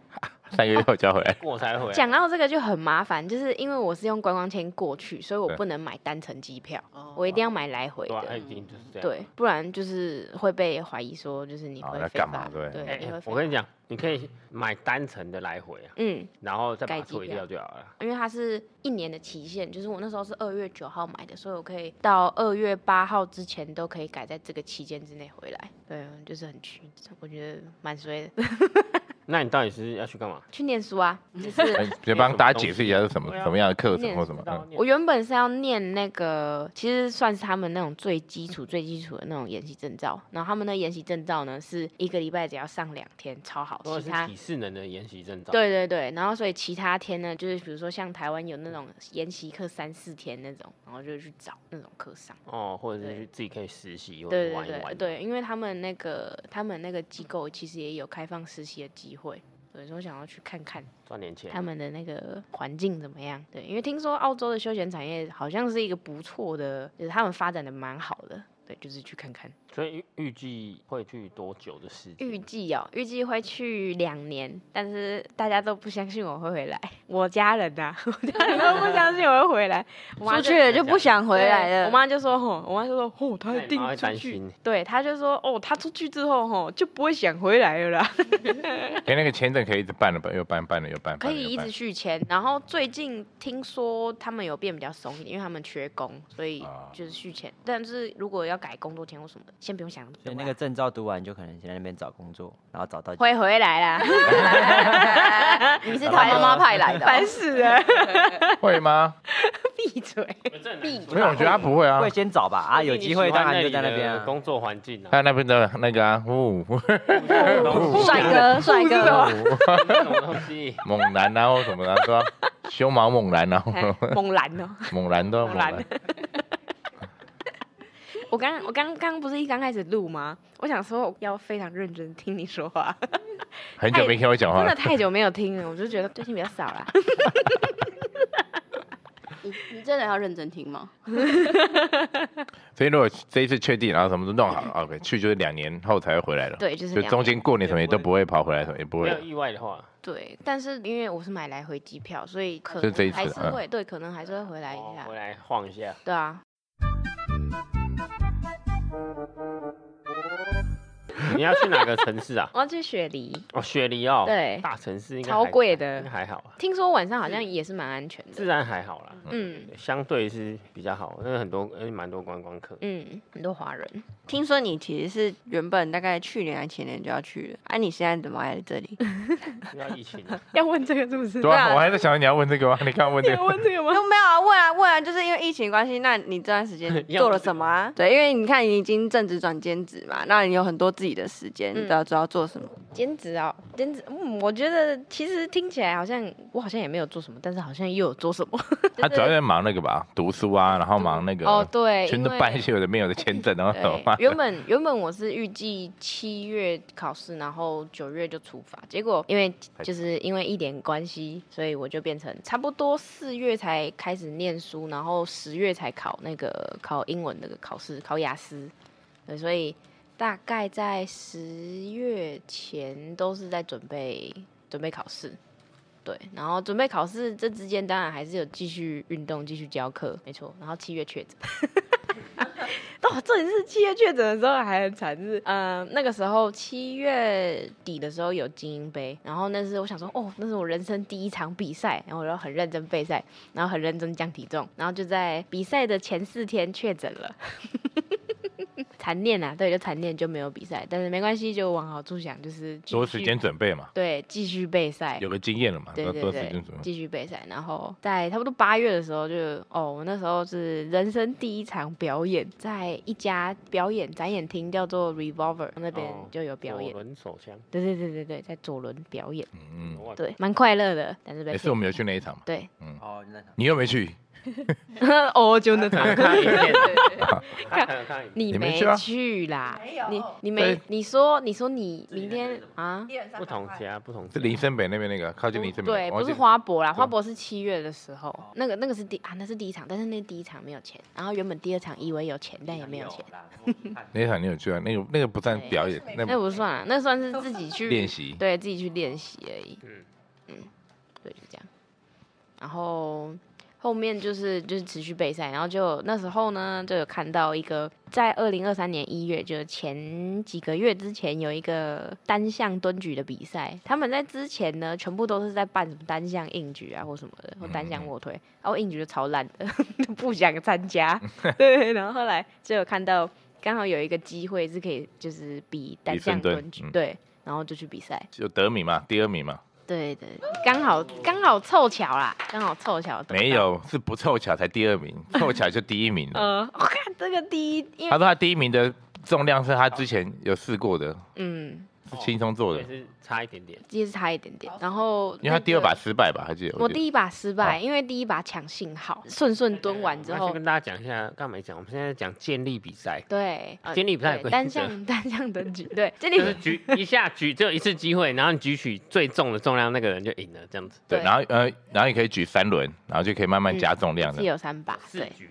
D: 三个月后就要回来。
A: 过才回啊来，
C: 讲到这个就很麻烦，就是因为我是用观光签过去，所以我不能买单程机票，
E: 哦
C: 我一定要买来回
A: 对
C: 的
A: 啊，。一定就是这样。
C: 对，不然就是会被怀疑说，就是你
D: 哦
C: 会
D: 在
C: 非
D: 干嘛
C: 法
D: 对
C: 对，
A: 哎，
C: 你会
A: 哎
C: 非
A: 我跟你
C: 法
A: 讲，你可以买单程的来回啊，
C: 嗯，
A: 然后再把它
C: 改机
A: 退
C: 票
A: 掉就好了。
C: 因为它是一年的期限，就是我那时候是二月九号买的，所以我可以到二月八号之前都可以改在这个期间之内回来。对，就是很屈，我觉得蛮衰的。
A: 那你到底是要去干嘛？
C: 去念书啊， 就是
D: 哎就帮大家解释一下是什么
A: 对啊
D: 什么样的课程
C: 念
D: 或什么。
A: 知道
D: 嗯
A: 念
C: 我原本是要念那个，其实算是他们那种最基础、最基础的那种研习证照。然后他们的研习证照呢，是一个礼拜只要上两天，超好。
A: 如果
C: 其
A: 是
C: 他
A: 体适能的研习证照，
C: 对对对，然后所以其他天呢，就是比如说像台湾有那种研习课三四天那种，然后就去找那种课上。
A: 哦，或者是
C: 对
A: 去自己可以实习或
C: 对
A: 者
C: 对
A: 玩一
C: 对
A: 玩。
C: 对，因为他们那个他们那个机构其实也有开放实习的机会，所以说想要去看看
A: 赚点钱
C: 他。们的那个环境怎么样。对，因为听说澳洲的休闲产业好像是一个不错的，就是他们发展的蛮好的。对，就是去看看。
A: 所以预预计会去多久的时间？
C: 预计哦，预计会去两年，但是大家都不相信我会回来，我家人呐、 我家人都不相信我会回来，我妈
B: 出
C: 就
B: 去了就不想回来
C: 对
B: 了。
C: 我妈就说：“吼，我妈就说：‘吼，她
A: 那
C: 一
A: 你
C: 定
A: 妈会
C: 出
A: 担
C: 去。’
A: 心
C: 对，她就说：‘哦，她出去之后，吼就不会想回来了啦。
D: 哎，那个签证可以一直办了吧？又办，办了又办，’
C: 可
D: 办了
C: 以
D: 又
C: 一
D: 办
C: 直续签。然后最近听说他们有变比较松一点，因为他们缺工，所以
D: 啊
C: 就是续签。但是如果要改工作签或什么的，先不用想那么
F: 所
C: 多
F: 以
C: 啦。
F: 那个证照读完，就可能先在那边找工作，然后找到
C: 会回来啦，
E: 你是他妈妈派来的哦、
C: 烦死 了！
D: 会吗？
C: 闭 嘴。
D: 没有，我觉得他不会啊
F: 会。先找吧啊，有机会当然就在那边啊。
A: 工作环境啊，
D: 他那边的那个啊，呜，
E: 帅哥，帅哥，
A: 什么东西？
D: 猛男啊或什么的，说胸毛猛男啊，
C: 哎 猛男哦、
D: 猛男都要猛
C: 猛
D: 男
C: 男。我刚我刚刚不是一刚开始录吗？我想说我要非常认真听你说话，
D: 很久没听我讲话
C: 啊哎真的
D: 了，
C: 太久没有听了，我就觉得最近比较少啦。
E: 你你真的要认真听 吗？
D: 所以如果这一次确定，然后什么都弄好了，OK，去就是两年后才会回来了。
C: 对，就是
D: 就
C: 这样
D: 中。间过年什么也都不会跑回来，什么也不
A: 没
D: 会
A: 有。意外的话，
C: 对，但是因为我是买来回机票，所以可
D: 就这一
C: 能
D: 次
C: 还是
D: 嗯
C: 会、对，可能还是会回来一
A: 哦
C: 下。
A: 回来晃一下。
C: 对啊，
A: 你要去哪个城市啊？
C: 我要去雪梨，
A: 哦，雪梨哦，
C: 对
A: 大城市应该
C: 超
A: 还
C: 贵的
A: 应该还好啊，
C: 听说晚上好像也是蛮安全
A: 自
C: 的。
A: 然还好啦，
C: 嗯
A: 相对是比较好，因为很多，因为蛮多观光客。
C: 嗯，很多华人。
B: 听说你其实是原本大概去年还前年就要去了，啊，你现在怎么还在这里？
A: 因为疫情啊，
C: 要问这个是不是？
D: 对啊，
B: 啊
D: 我还在想着你要问这个吗？你刚刚问这
C: 要
D: 个，
C: 问这 个吗？
B: 都没有啊，问啊问啊，就是因为疫情关系，那你这段时 间
A: 要
B: 做了什么啊？ 对，因为你看你已经正职转兼职嘛，那你有很多自己的时间，
C: 嗯
B: 你知道知道做什么。
C: 兼职哦，兼职。嗯，我觉得其实听起来好像我好像也没有做什么，但是好像又有做什么。
D: 他主要在忙那个吧，读书啊，然后忙那
C: 哦，
D: 个，
C: 对，
D: 全
C: 因
D: 都
C: 为
D: 办一些有的没有的签证，然后什么
C: 对
D: 嘛，。
C: 原本原本我是预计七月考试，然后九月就出发，结果因为就是因为一点关系，所以我就变成差不多四月才开始念书，然后十月才考那个考英文那个考试，考雅思。对，所以大概在十月前都是在准备准备考试。对，然后准备考试这之间，当然还是有继续运动、继续教课，没错。然后七月确诊。 哦，这里是七月确诊的时候还很惨，就是嗯、呃，那个时候七月底的时候有精英杯，然后那是我想说，哦，那是我人生第一场比赛，然后我就很认真备赛，然后很认真降体重，然后就在比赛的前四天确诊了。 残念啊，对，就残念就没有比赛，但是没关系，就往好处想，就是继续
D: 多时间准备嘛，
C: 对，继续备赛，
D: 有个经验了嘛，
C: 对
D: 啊多
C: 对
D: 多时间
C: 对
D: 准，备。
C: 继续备赛，然后在差不多八月的时候就，哦，我那时候是人生第一场表演，在一家表演展演厅叫做 Revolver 那边
A: 哦
C: 就有表演，
A: 轮手枪，
C: 对对对对对，在左轮表演，
D: 嗯，
A: 哇
C: 对，蛮快乐的，但是被
D: 也是我们有去那一场嘛，
C: 对，
F: 哦，那场
D: 你又没去，
C: 哦，就 那场，
A: 看影片，看看看影片，
C: 你
D: 你没
C: 没
D: 去啊
C: 去啦，
B: 没有
C: 你你没
D: 对，
C: 你说你说你明天啊，
B: 一人三
A: 不
B: 百
A: 同
B: 块。
A: 家不同
D: 是
A: 家，
D: 林森北那边那个靠近林森北，
C: 对，
D: 我
C: 不
D: 忘记
C: 是花博啦，
D: 对啊
C: 花博是七月的时候，那个那个是第啊，那是第一场，但是那第一场没有钱，然后原本第二场以为有钱，但也没有钱。
F: 啦。我看
D: 那一场你有去啊？那个那个不算
C: 对
D: 表演，那
C: 那不算啊，那算是自己去
D: 练，习。
C: 对自己去练习而已。
A: 嗯
C: 对，就这样。然后后面就是就是持续备赛，然后就那时候呢，就有看到一个在二零二三年一月，就是前几个月之前有一个单项蹲举的比赛，他们在之前呢，全部都是在办什么单项硬举啊或什么的，或单
D: 嗯
C: 项卧推，然后硬举就超烂的， 就不想参加。 对，然后后来就有看到刚好有一个机会是可以就是比单
D: 比深
C: 项
D: 蹲
C: 蹲举，
D: 嗯
C: 对，然后就去比赛。
D: 就得名嘛，第二名 嘛，
C: 对对，刚好刚好凑巧啦，刚好凑巧。
D: 没。有，是不凑巧才第二名，凑巧就第一名了。
C: 呃，我看这个第一，因
D: 他
C: 为
D: 说他第一名的重量是他之前有试过的，
C: 嗯，
D: 是轻松做
A: 我
D: 的
A: 也，是差一点点，
C: 也是差一点点。然后
D: 因为他
C: 那
D: 第二
C: 个
D: 把失败吧，还记得？
C: 我
D: 记
C: 第一把失败，因为第一把抢信号，顺顺蹲完之
A: 那先
C: 后，
A: 跟大家讲一下，刚没讲，我们现在讲建立比赛，
C: 对，呃
A: 建立比赛有
C: 对
A: 规
C: 单
A: 则
C: 项单项蹲举，对，建立
A: 就是举一下举只有一次机会，然后你举起最重的重量，那个人就赢了，这样子。
D: 对，
C: 对
D: 然后呃，然后你可以举三轮，然后就可以慢
C: 嗯
D: 慢加重量
C: 是
D: 的。
C: 有三把，对，
A: 局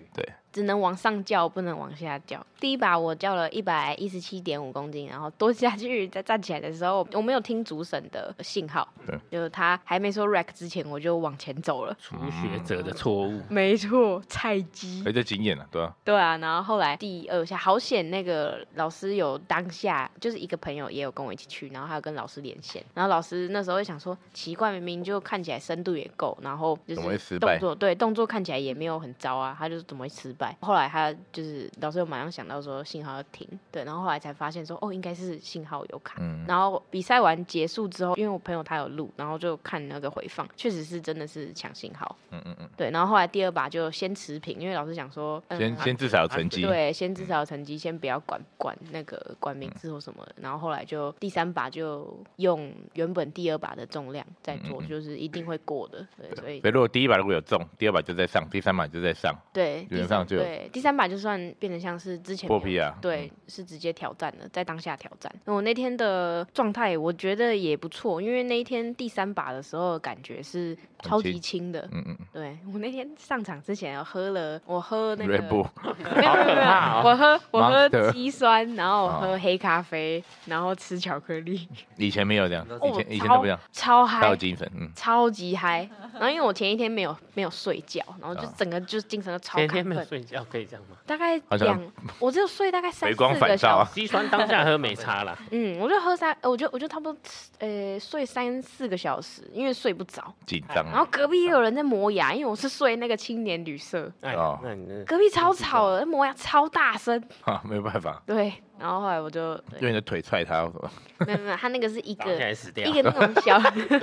C: 只能往上叫，不能往下叫。第一把我叫了一百一十七点五公斤，然后蹲下去再站起来的时候，我没有听主审的信号，
D: 对，
C: 就是他还没说 rack 之前，我就往前走了。
A: 初
D: 嗯
A: 学者的错误，
C: 没错，菜鸡
D: 哎，这经验了，对吧？
C: 对啊，然后后来第二下好险，那个老师有当下就是一个朋友也有跟我一起去，然后还有跟老师连线，然后老师那时候就想说奇怪，明明就看起来深度也够，然后就
D: 怎么会
C: 是
D: 失
C: 动
D: 败
C: 作对动作看起来也没有很糟啊，他就是怎么会失败？后来他就是老师有马上想到说信号要停，对，然后后来才发现说哦应该是信号有卡，
D: 嗯，
C: 然后比赛完结束之后，因为我朋友他有录，然后就看那个回放，确实是真的是抢信号。
D: 嗯嗯嗯，
C: 对，然后后来第二把就先持平，因为老师讲说，嗯、
D: 先嗯先至少有成绩。
C: 对，先至少有成绩，先不要管管那个管
D: 嗯
C: 名字或什么的。然后后来就第三把就用原本第二把的重量
D: 嗯
C: 再做，就是一定会过的。对，所以
D: 所以如果第一把如果有中，第二把就在上，第三把就在上。
C: 对，
D: 原
C: 第
D: 则
C: 三
D: 上就有
C: 对第三把就算变成像是之前
D: 剥
C: 没有
D: 皮啊
C: 对，是直接挑战的，在当下挑战。那我那天的状态我觉得也不错，因为那一天第三把的时候感觉是
D: 很
C: 超级
D: 轻
C: 轻的。
D: 嗯嗯
C: 对我那天上场之前喝了，我喝那
D: 嗯
C: 个
D: ，Red Bull，
C: 没有没有没有，我喝我喝
D: 哦 Monster
C: 肌酸，然后我
D: 哦
C: 喝黑咖啡，然后吃巧克力，
D: 以前没有这样，
F: 哦
D: 以前以前都不这样，
C: 超
D: 大有
C: 嗨，
D: 精神。嗯，
C: 超级嗨。然后因为我前一天没有没有睡觉，然后就
D: 啊
C: 整个就是精神都超
A: 前一天
C: 亢
A: 没有
C: 奋，
A: 睡觉可以这样吗？
C: 大概
D: 好像
C: 两，我只有睡大概三
D: 回
C: 四
D: 光
C: 个
D: 返照
C: 小
D: 啊
C: 时，
A: 肌酸当下喝没差啦，
C: 嗯，我就喝三，呃我就我就差不多呃睡三四个小时，因为睡不着。
D: 紧张。啊
C: 然后 隔壁也有人在磨牙，因为我是睡那个青年旅社，
A: 哎
D: 哦，
A: 那你那
C: 隔壁超吵的，磨牙超大声，
D: 啊，没有办法，
C: 对。然后后来我就，对
D: 用你的腿踹他或什么。
C: 没有没有，他那个是一
A: 打起
C: 个
A: 来死掉
C: 一，个哦那种小。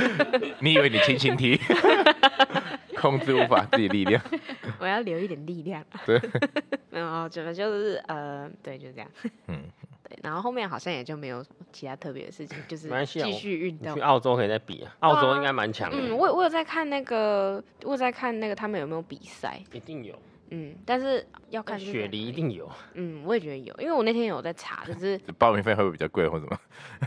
D: 你以为你轻轻 踢，控制无法自己力量。
C: 我要留一点力量。
D: 对，
C: 没有啊，怎么就是呃，对，就这样。
D: 嗯，
C: 对，然后后面好像也就没有其他特别的事情，就是
A: 没关系啊
C: 继续运
A: 你
C: 动
A: 去。澳洲可以再比啊，澳洲应该蛮强
C: 嗯，
A: 的，
C: 我有我有在看那个，我有在看那个他们有没有比赛，
A: 一定有。
C: 嗯，但是要看是
A: 雪
C: 在
A: 梨一
C: 哪里，
A: 定有，
C: 嗯，我也觉得有，因为我那天有在查，就是
D: 报名费会不会比较贵或什么？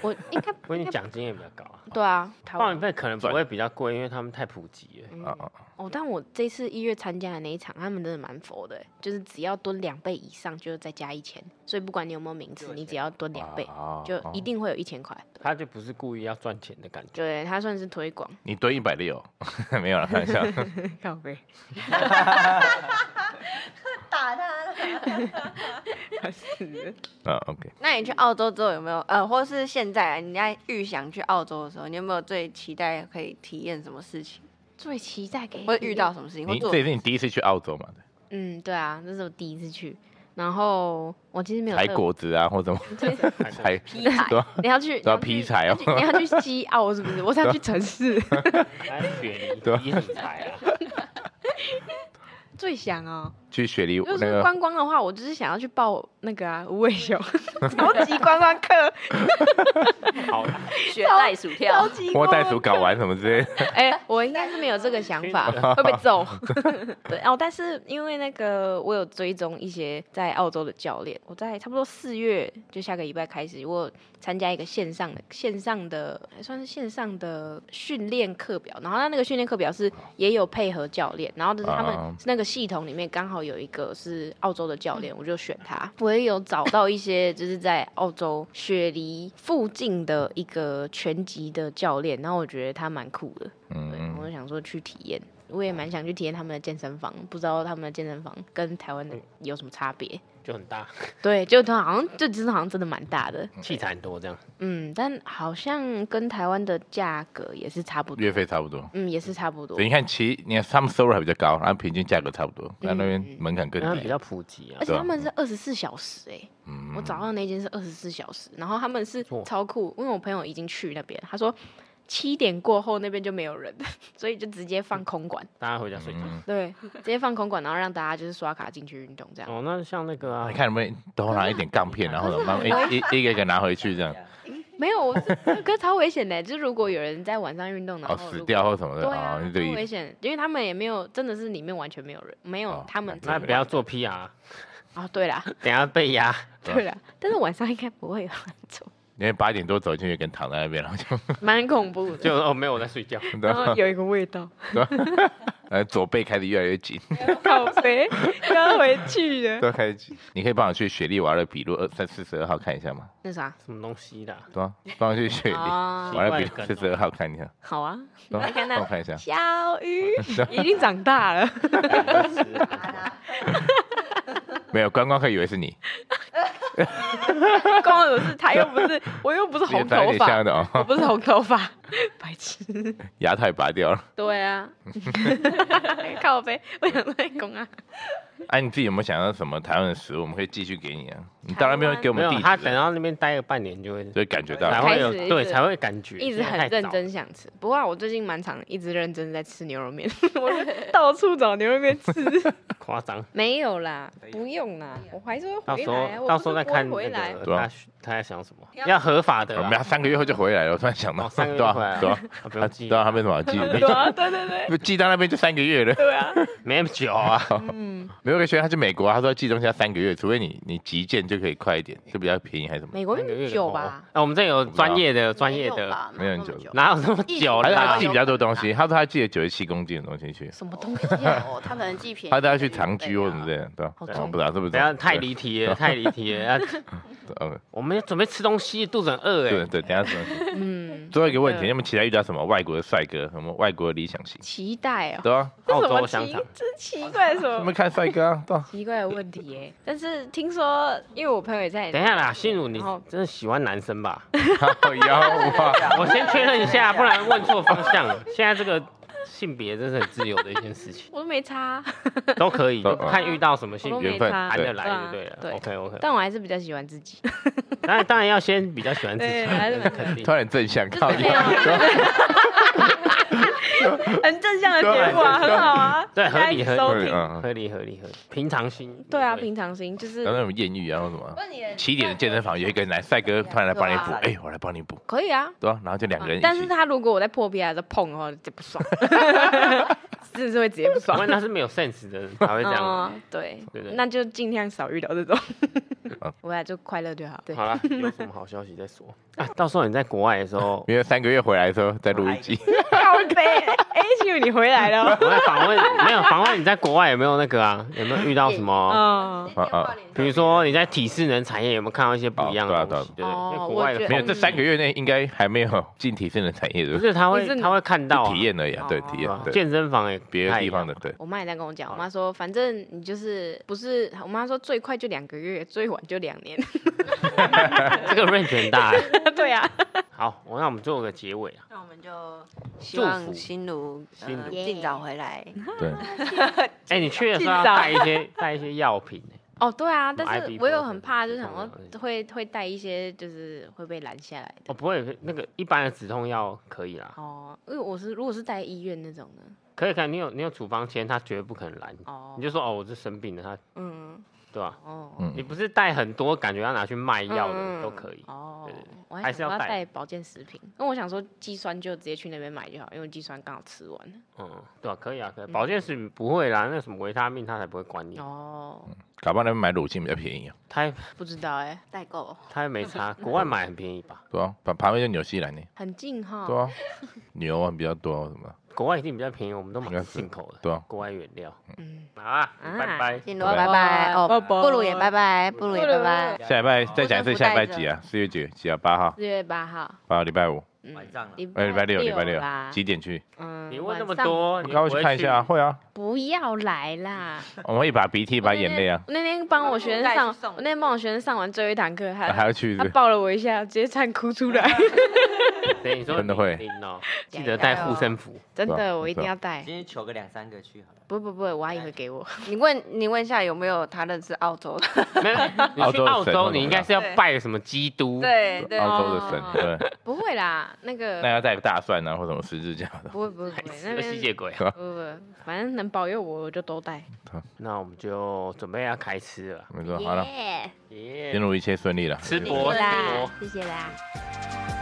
C: 我应该
A: 我跟你奖金也比较高啊。
C: 对啊，台
A: 报名
C: 湾
A: 费可能不
D: 赚
A: 会比较贵，因为他们太普及了。
D: 啊、啊
C: 哦，但我这次一月参加的那一场，他们真的蛮佛的欸，就是只要蹲两倍以上，就再加一千，所以不管你有没有名次，你只要蹲两倍，
D: 啊
C: 就
D: 哦
C: 一定会有一千块。
A: 他就不是故意要赚钱的感觉。
C: 对，它算是推广
D: 你堆一百六，没有了，开玩笑。
C: 靠背，
B: 打他了。
D: 啊，OK，
B: 那你去澳洲之后有没有呃，或是现在你在预想去澳洲的时候，你有没有最期待可以体验什么事情，
C: 最期待给
B: 或者
C: 你
B: 遇到什么事情，或
D: 你
B: 做
D: 这也是你第一次去澳洲嘛？
C: 嗯，对啊，这是我第一次去，然后我其实没有
D: 采
C: 特
D: 果子啊，或 者采
B: 劈柴？
D: 对啊
C: 你要 去
D: 对啊
C: 你要去
D: 劈柴哦
C: 你要去你要去西澳是不 是？我是要去城市，
A: 他雪梨
D: 对啊
A: 第一理财啊，
C: 最想哦。
D: 去雪梨
C: 就
D: 那
C: 是
D: 个
C: 观光的话，我就是想要去报那个啊无尾 熊超级观光客，
A: 好啦，
E: 学袋薯
C: 超
E: 条，
C: 级
D: 摸
C: 观
D: 袋
C: 光
D: 鼠搞
C: 客
D: 完什么之类的。
C: 哎、我应该是没有这个想 法，会被揍。对哦，但是因为那个我有追踪一些在澳洲的教练，我在差不多四月就下个礼拜开始，我有参加一个线上的线上的还算是线上的训练课表，然后他那个训练课表是也有配合教练，然后就是他
D: 啊
C: 们那个系统里面刚好有一个是澳洲的教练，我就选他。我也有找到一些就是在澳洲雪梨附近的一个拳击的教练，然后我觉得他蛮酷的。对，我
D: 嗯，
C: 就想说去体验，我也蛮想去体验他们的健身房，不知道他们的健身房跟台
D: 嗯
C: 湾的有什么差别。
A: 就很大，
C: 对，就它好像这只是好像真的蛮大的，
A: 器材很多这样。
C: 嗯，但好像跟台湾的价格也是差不多，
D: 月费差不多。
C: 嗯，也是差不多
D: 所以。你看，其实你看他们收入还比较高，然后平均价格差不多，但那边
C: 嗯
D: 门槛更
A: 因为他们比
D: 低。
A: 较普及啊
C: 而。且
D: 对啊
C: 他们是二十四小时哎、
D: 嗯
C: 我找到那间是二十四小时，然后他们是
A: 错
C: 超酷，因为我朋友已经去那边，他说七点过后那边就没有人， 所以就直接放空 管，
A: 大家回家睡觉。
D: 嗯
C: 对，直接放空管，然后让大家就是刷卡进去运动这样。
A: 哦，那像那个啊
D: 你，看能不能多拿一点钢片，然后 呢慢慢一一一个一个拿回去这样，哦
C: 没有，我是可是超危险的，欸就是如果有人在晚上运动，然
D: 哦
C: 后如
D: 死
C: 果
D: 掉或什么
C: 对
D: 的，
C: 啊
D: 哦，，就
C: 超
D: 这个意
C: 危
D: 思。
C: 险，因为他们也没有，真的是里面完全没有人，没有
D: 哦
C: 他们
A: 那不要做 PR，
C: 哦，对啦，
A: 等下被压。
C: 对啦，但是晚上应该不会有人走，
D: 因为八点多走进去，跟躺在那边，然后就
C: 蛮恐怖的，
A: 就哦，没有我在睡觉。
C: 然 后有一个味道，
D: 呃左背开始越来越 紧，
C: 靠背要回去了。
D: 都开始紧。你可以帮我去雪莉瓦勒比路二三四十二号看一下吗？
C: 那啥
A: 什么东西啦？
D: 对啊，帮我去雪莉瓦
C: 啊，
A: 哦
D: 勒比路四十二号看一下，
C: 好啊，
D: 对啊
C: 来看
D: 帮我
C: 那
D: 看一 下。
C: 小鱼已经长大了，
D: 没有观光客以为是 你，
C: 关我什么事？他又不是，我又不是
D: 也长
C: 红
D: 得
C: 头
D: 有点
C: 发
D: 像，的
C: 我
D: 哦，
C: 不是红头发，白痴。
D: 牙套也拔掉了。
C: 对 啊，靠背，我想在公啊。
D: 哎，你自己有没有想到什么台湾的食物？我们可以继续给你啊。你到那边会给我
A: 没
D: 们
A: 有
D: 地，址啊
A: 他等
D: 的，
A: 到那边待个半年就会，
D: 就会感觉到
A: 才
C: 开
A: 会
C: 始
A: 有
C: 一
A: 对
C: 直
A: 才会感觉，
C: 一直
A: 现在
C: 很
A: 太
C: 认
A: 早
C: 真想吃，不过啊我最近蛮常一直认真在吃牛肉面， 我就到处找牛肉面吃。
A: 夸张。
C: 没有啦，不用啦，我还是会
A: 到
C: 回
A: 时
C: 来啊。
A: 候
C: 我
A: 到
C: 不
A: 时候
C: 是
A: 再
C: 不会
A: 看
C: 回来
A: 那。
D: 对
A: 个
D: 啊
A: 他他在想什么，要合法的
D: 我们
A: 啦
D: 他。三个月后就回来了。我突然想到
A: 哦，三个月
D: 对
A: 就
D: 啊
A: 回来了
D: 对啊，
A: 啊不用记
D: 对，啊，他没什么好记的，
C: 对啊，对对对，
D: 不寄到那边就三个月了。
A: 啊没那么久 啊。
D: 没有一个学员他去美国，啊他说寄东西要三个月，除非你你急件就可以快一点，就比较便宜还是什么？
C: 美国
A: 三个月
C: 那
A: 的
C: 久
A: 话
C: 吧？？
A: 哎，我们这有专业的专业
E: 没有
A: 的，
E: 吧
D: 没有很
E: 那么
D: 久
A: 哪有那么久
D: 还是
A: 啦
D: 他？寄比较多东西，他说他寄了九十七公斤的东西去，
C: 什
E: 哦
C: 么东西？
E: 有，他可能寄便宜，
D: 他带他去
A: 啊
D: 长居或什么之
E: 的。
D: 类的，对吧？
C: 好
D: 我
C: 重
D: 不知道是不
A: 不
D: 是这
A: 要
D: 样？
A: 啊太离题了，太离题了。啊
D: 对。嗯，
A: 我们要准备吃东西，肚子很饿
D: 对
A: 哎。
D: 对，等一下什么？
C: 嗯，
D: 最后一个问
C: 真
D: 题，
C: 的
D: 你们期待遇到什么外国的帅哥，什么外国的理想型？
C: 期待哦。
D: 对 啊，
A: 澳
C: 这什
A: 洲
C: 么
A: 香
C: 奇
A: 肠，
C: 这奇怪的什
D: 你
C: 么
D: 们看帅哥啊，对啊，
C: 奇怪的问题耶？但是听说，因为我朋友也在，
A: 等一下啦，心如你
C: 然后
A: 真的喜欢男生 吧？
D: 好妖啊！
A: 我先确认一下，不然问错方向了。现在这个性别真是很自由的一件事 情，
C: 我都没差，啊
A: 都可以，
D: 都
A: 就看遇到什么性
C: 我都
A: 别
C: 没
D: 缘分
C: 差
A: 谈。得
D: 对
A: 来就对了。
C: 啊对啊
A: OK OK，
C: 但我还是比较喜欢自 己，
A: 当然当然要先比较喜欢自己，
C: 对还是
A: 这是肯定
D: 突。然正向，靠
C: 没有啊 很正向的结果啊，
D: 对
C: 很好啊，
A: 对合理
C: 大家
A: 合
C: 收
D: 对
C: 听。
D: 啊，
A: 合理合理合理，平常心。
C: 对啊，平常心就是
D: 然后那种艳遇啊或什么，
B: 问你的
D: 起点的健身房有一个男帅哥突然来帮你补，哎，我来帮你补，
C: 可以啊，
D: 对啊，然后就两个人一
C: 但是
D: 起，
C: 他如果我在破皮还是碰的话，就不爽，真的是会直接不
A: 因
C: 爽
A: 为。那是没有 sense 的人才会这 样。
C: 嗯，对
A: 对不对，
C: 那就尽量少遇到这种。 我俩就快乐就好。 对
A: 好，啦，有什么好消息再说啊？到时候你在国外的时候，
D: 因为三个月回来的时候再录一集，
C: 好 悲。哎，幸宇你回来了。
A: 我在访问，没有访问你在国外有没有那个啊？有没有遇到什么？
C: 嗯，
D: 啊啊，
A: 比如说你在体适能产业有没有看到一些不一样的
D: 哦对
A: 东
D: 啊
A: 西？对
C: 对
A: 不
C: 啊
A: 对，因为
C: 哦
A: 国外
C: 我
A: 的
C: 觉得
D: 没有，这三个月内应该还没有进体适能产业
A: 不
D: 的，
A: 是他会
C: 不是
A: 他会看到啊
D: 体验而已啊，对，体验
A: 对吧
D: 对，
A: 健身房也
D: 别的地方
A: 的
D: 的对，
C: 我妈也在跟我讲，我妈说反正你就是不是，我妈说最快就两个月，最晚就两 年。
A: 这个 range 很 大欸。
C: 对啊，
A: 好，我那我们做个结尾啊，
B: 那我们就希望
A: 祝福
B: 心如呃
A: 心如
B: 尽早回 来。
D: 对，
A: 哎，你去的时候要
C: 尽早
A: 带一些带一些药品欸
C: 哦对啊，
A: 什么
C: 但是
A: IP
C: 我有很怕，就是
A: 什
C: 想
A: 么
C: 说会会带一些，就是会被拦下来的。
A: 哦，不会，那个一般的止痛药可以啦，
C: 哦，因为我是如果是带医院那种的，
A: 可以可以，你有你有处方签，他绝对不可能拦你，
C: 哦
A: 你，就说哦，我是生病了，他
C: 嗯，
A: 对吧？
C: 哦，
D: 嗯
A: 你不是带很多，感觉要拿去卖药的
C: 嗯
A: 都可以。
C: 哦
A: 对对对，
C: 我还
A: 还是
C: 想
A: 要
C: 说
A: 带
C: 要带保健食品，因为我想说肌酸就直接去那边买就好，因为肌酸刚好吃完了。
A: 嗯，对啊，可以啊，可以。保健食品不会啦，那什么维他命他才不会管你，
C: 哦，
D: 搞不好那边买乳清比较便宜啊，
A: 他
C: 不知道哎、
E: 代购
A: 他也没 差，国外买很便宜吧？
D: 对啊，旁旁边就纽西兰呢，
C: 很近哈。
D: 对啊，牛啊比较多啊什么的，
A: 国外一定比较便宜，我们都
D: 应该
A: 买
D: 是
A: 进口的，
D: 对啊，
A: 国外原料。
C: 嗯，
A: 好啊，
C: 啊
A: 拜拜。
B: 心如
D: 拜
B: 拜拜哦，
C: 拜拜
B: 布鲁也拜拜，布鲁也拜拜。
A: 啊
D: 下礼拜再讲一次下礼拜几啊？四月几？几啊？八号，
C: 四月八号，
D: 八号礼拜五，
C: 嗯
F: 哦晚上了
C: 礼
D: 哎，礼拜六，礼拜六
C: 哦啦，
D: 几点去？
C: 嗯，
A: 你问那么
C: 晚上
A: 多，
D: 我
A: 你
D: 刚刚去看一下啊，
A: 不会
D: 会啊，
C: 不要来啦！
D: 我们会把鼻嗯涕把眼泪啊，
C: 我那天帮我学生上，
B: 我带去送
C: 我那天帮我学生上完最后一堂课，他
D: 啊还要去
C: 他
D: 是不是
C: 抱了我一下，直接惨哭出来。
A: 去。对，你说
D: 真的会
A: 零零哦，记得带护身符。
C: 真
D: 对啊
C: 的，我一定要带。
F: 今天求个两三个去好了。
C: 不不不，我阿姨会给我。
B: 你问你问一下有没有他认识澳洲的？
A: 没有，你
D: 澳
A: 去
D: 洲的
A: 澳
D: 神
A: 洲，
D: 会
A: 你
D: 怎
A: 应
D: 么
A: 该
D: 样
A: 是要
B: 对
A: 拜什么基督？
B: 对对，
D: 澳洲的神，对，
C: 不会啦，那
D: 那
C: 个
D: 要带大蒜啊或什么十字架的，
C: 不会不会不会，那
A: 是个吸
C: 边
A: 血鬼啊。
C: 不不不，反正能保佑我，我就都带。
A: 那我们就准备要开吃了，
D: 没错，好了，
C: 耶
A: 耶
D: 进入一切顺利了。
A: 吃
D: 对
A: 播
C: 啦
A: 吃播。
C: 谢谢啦。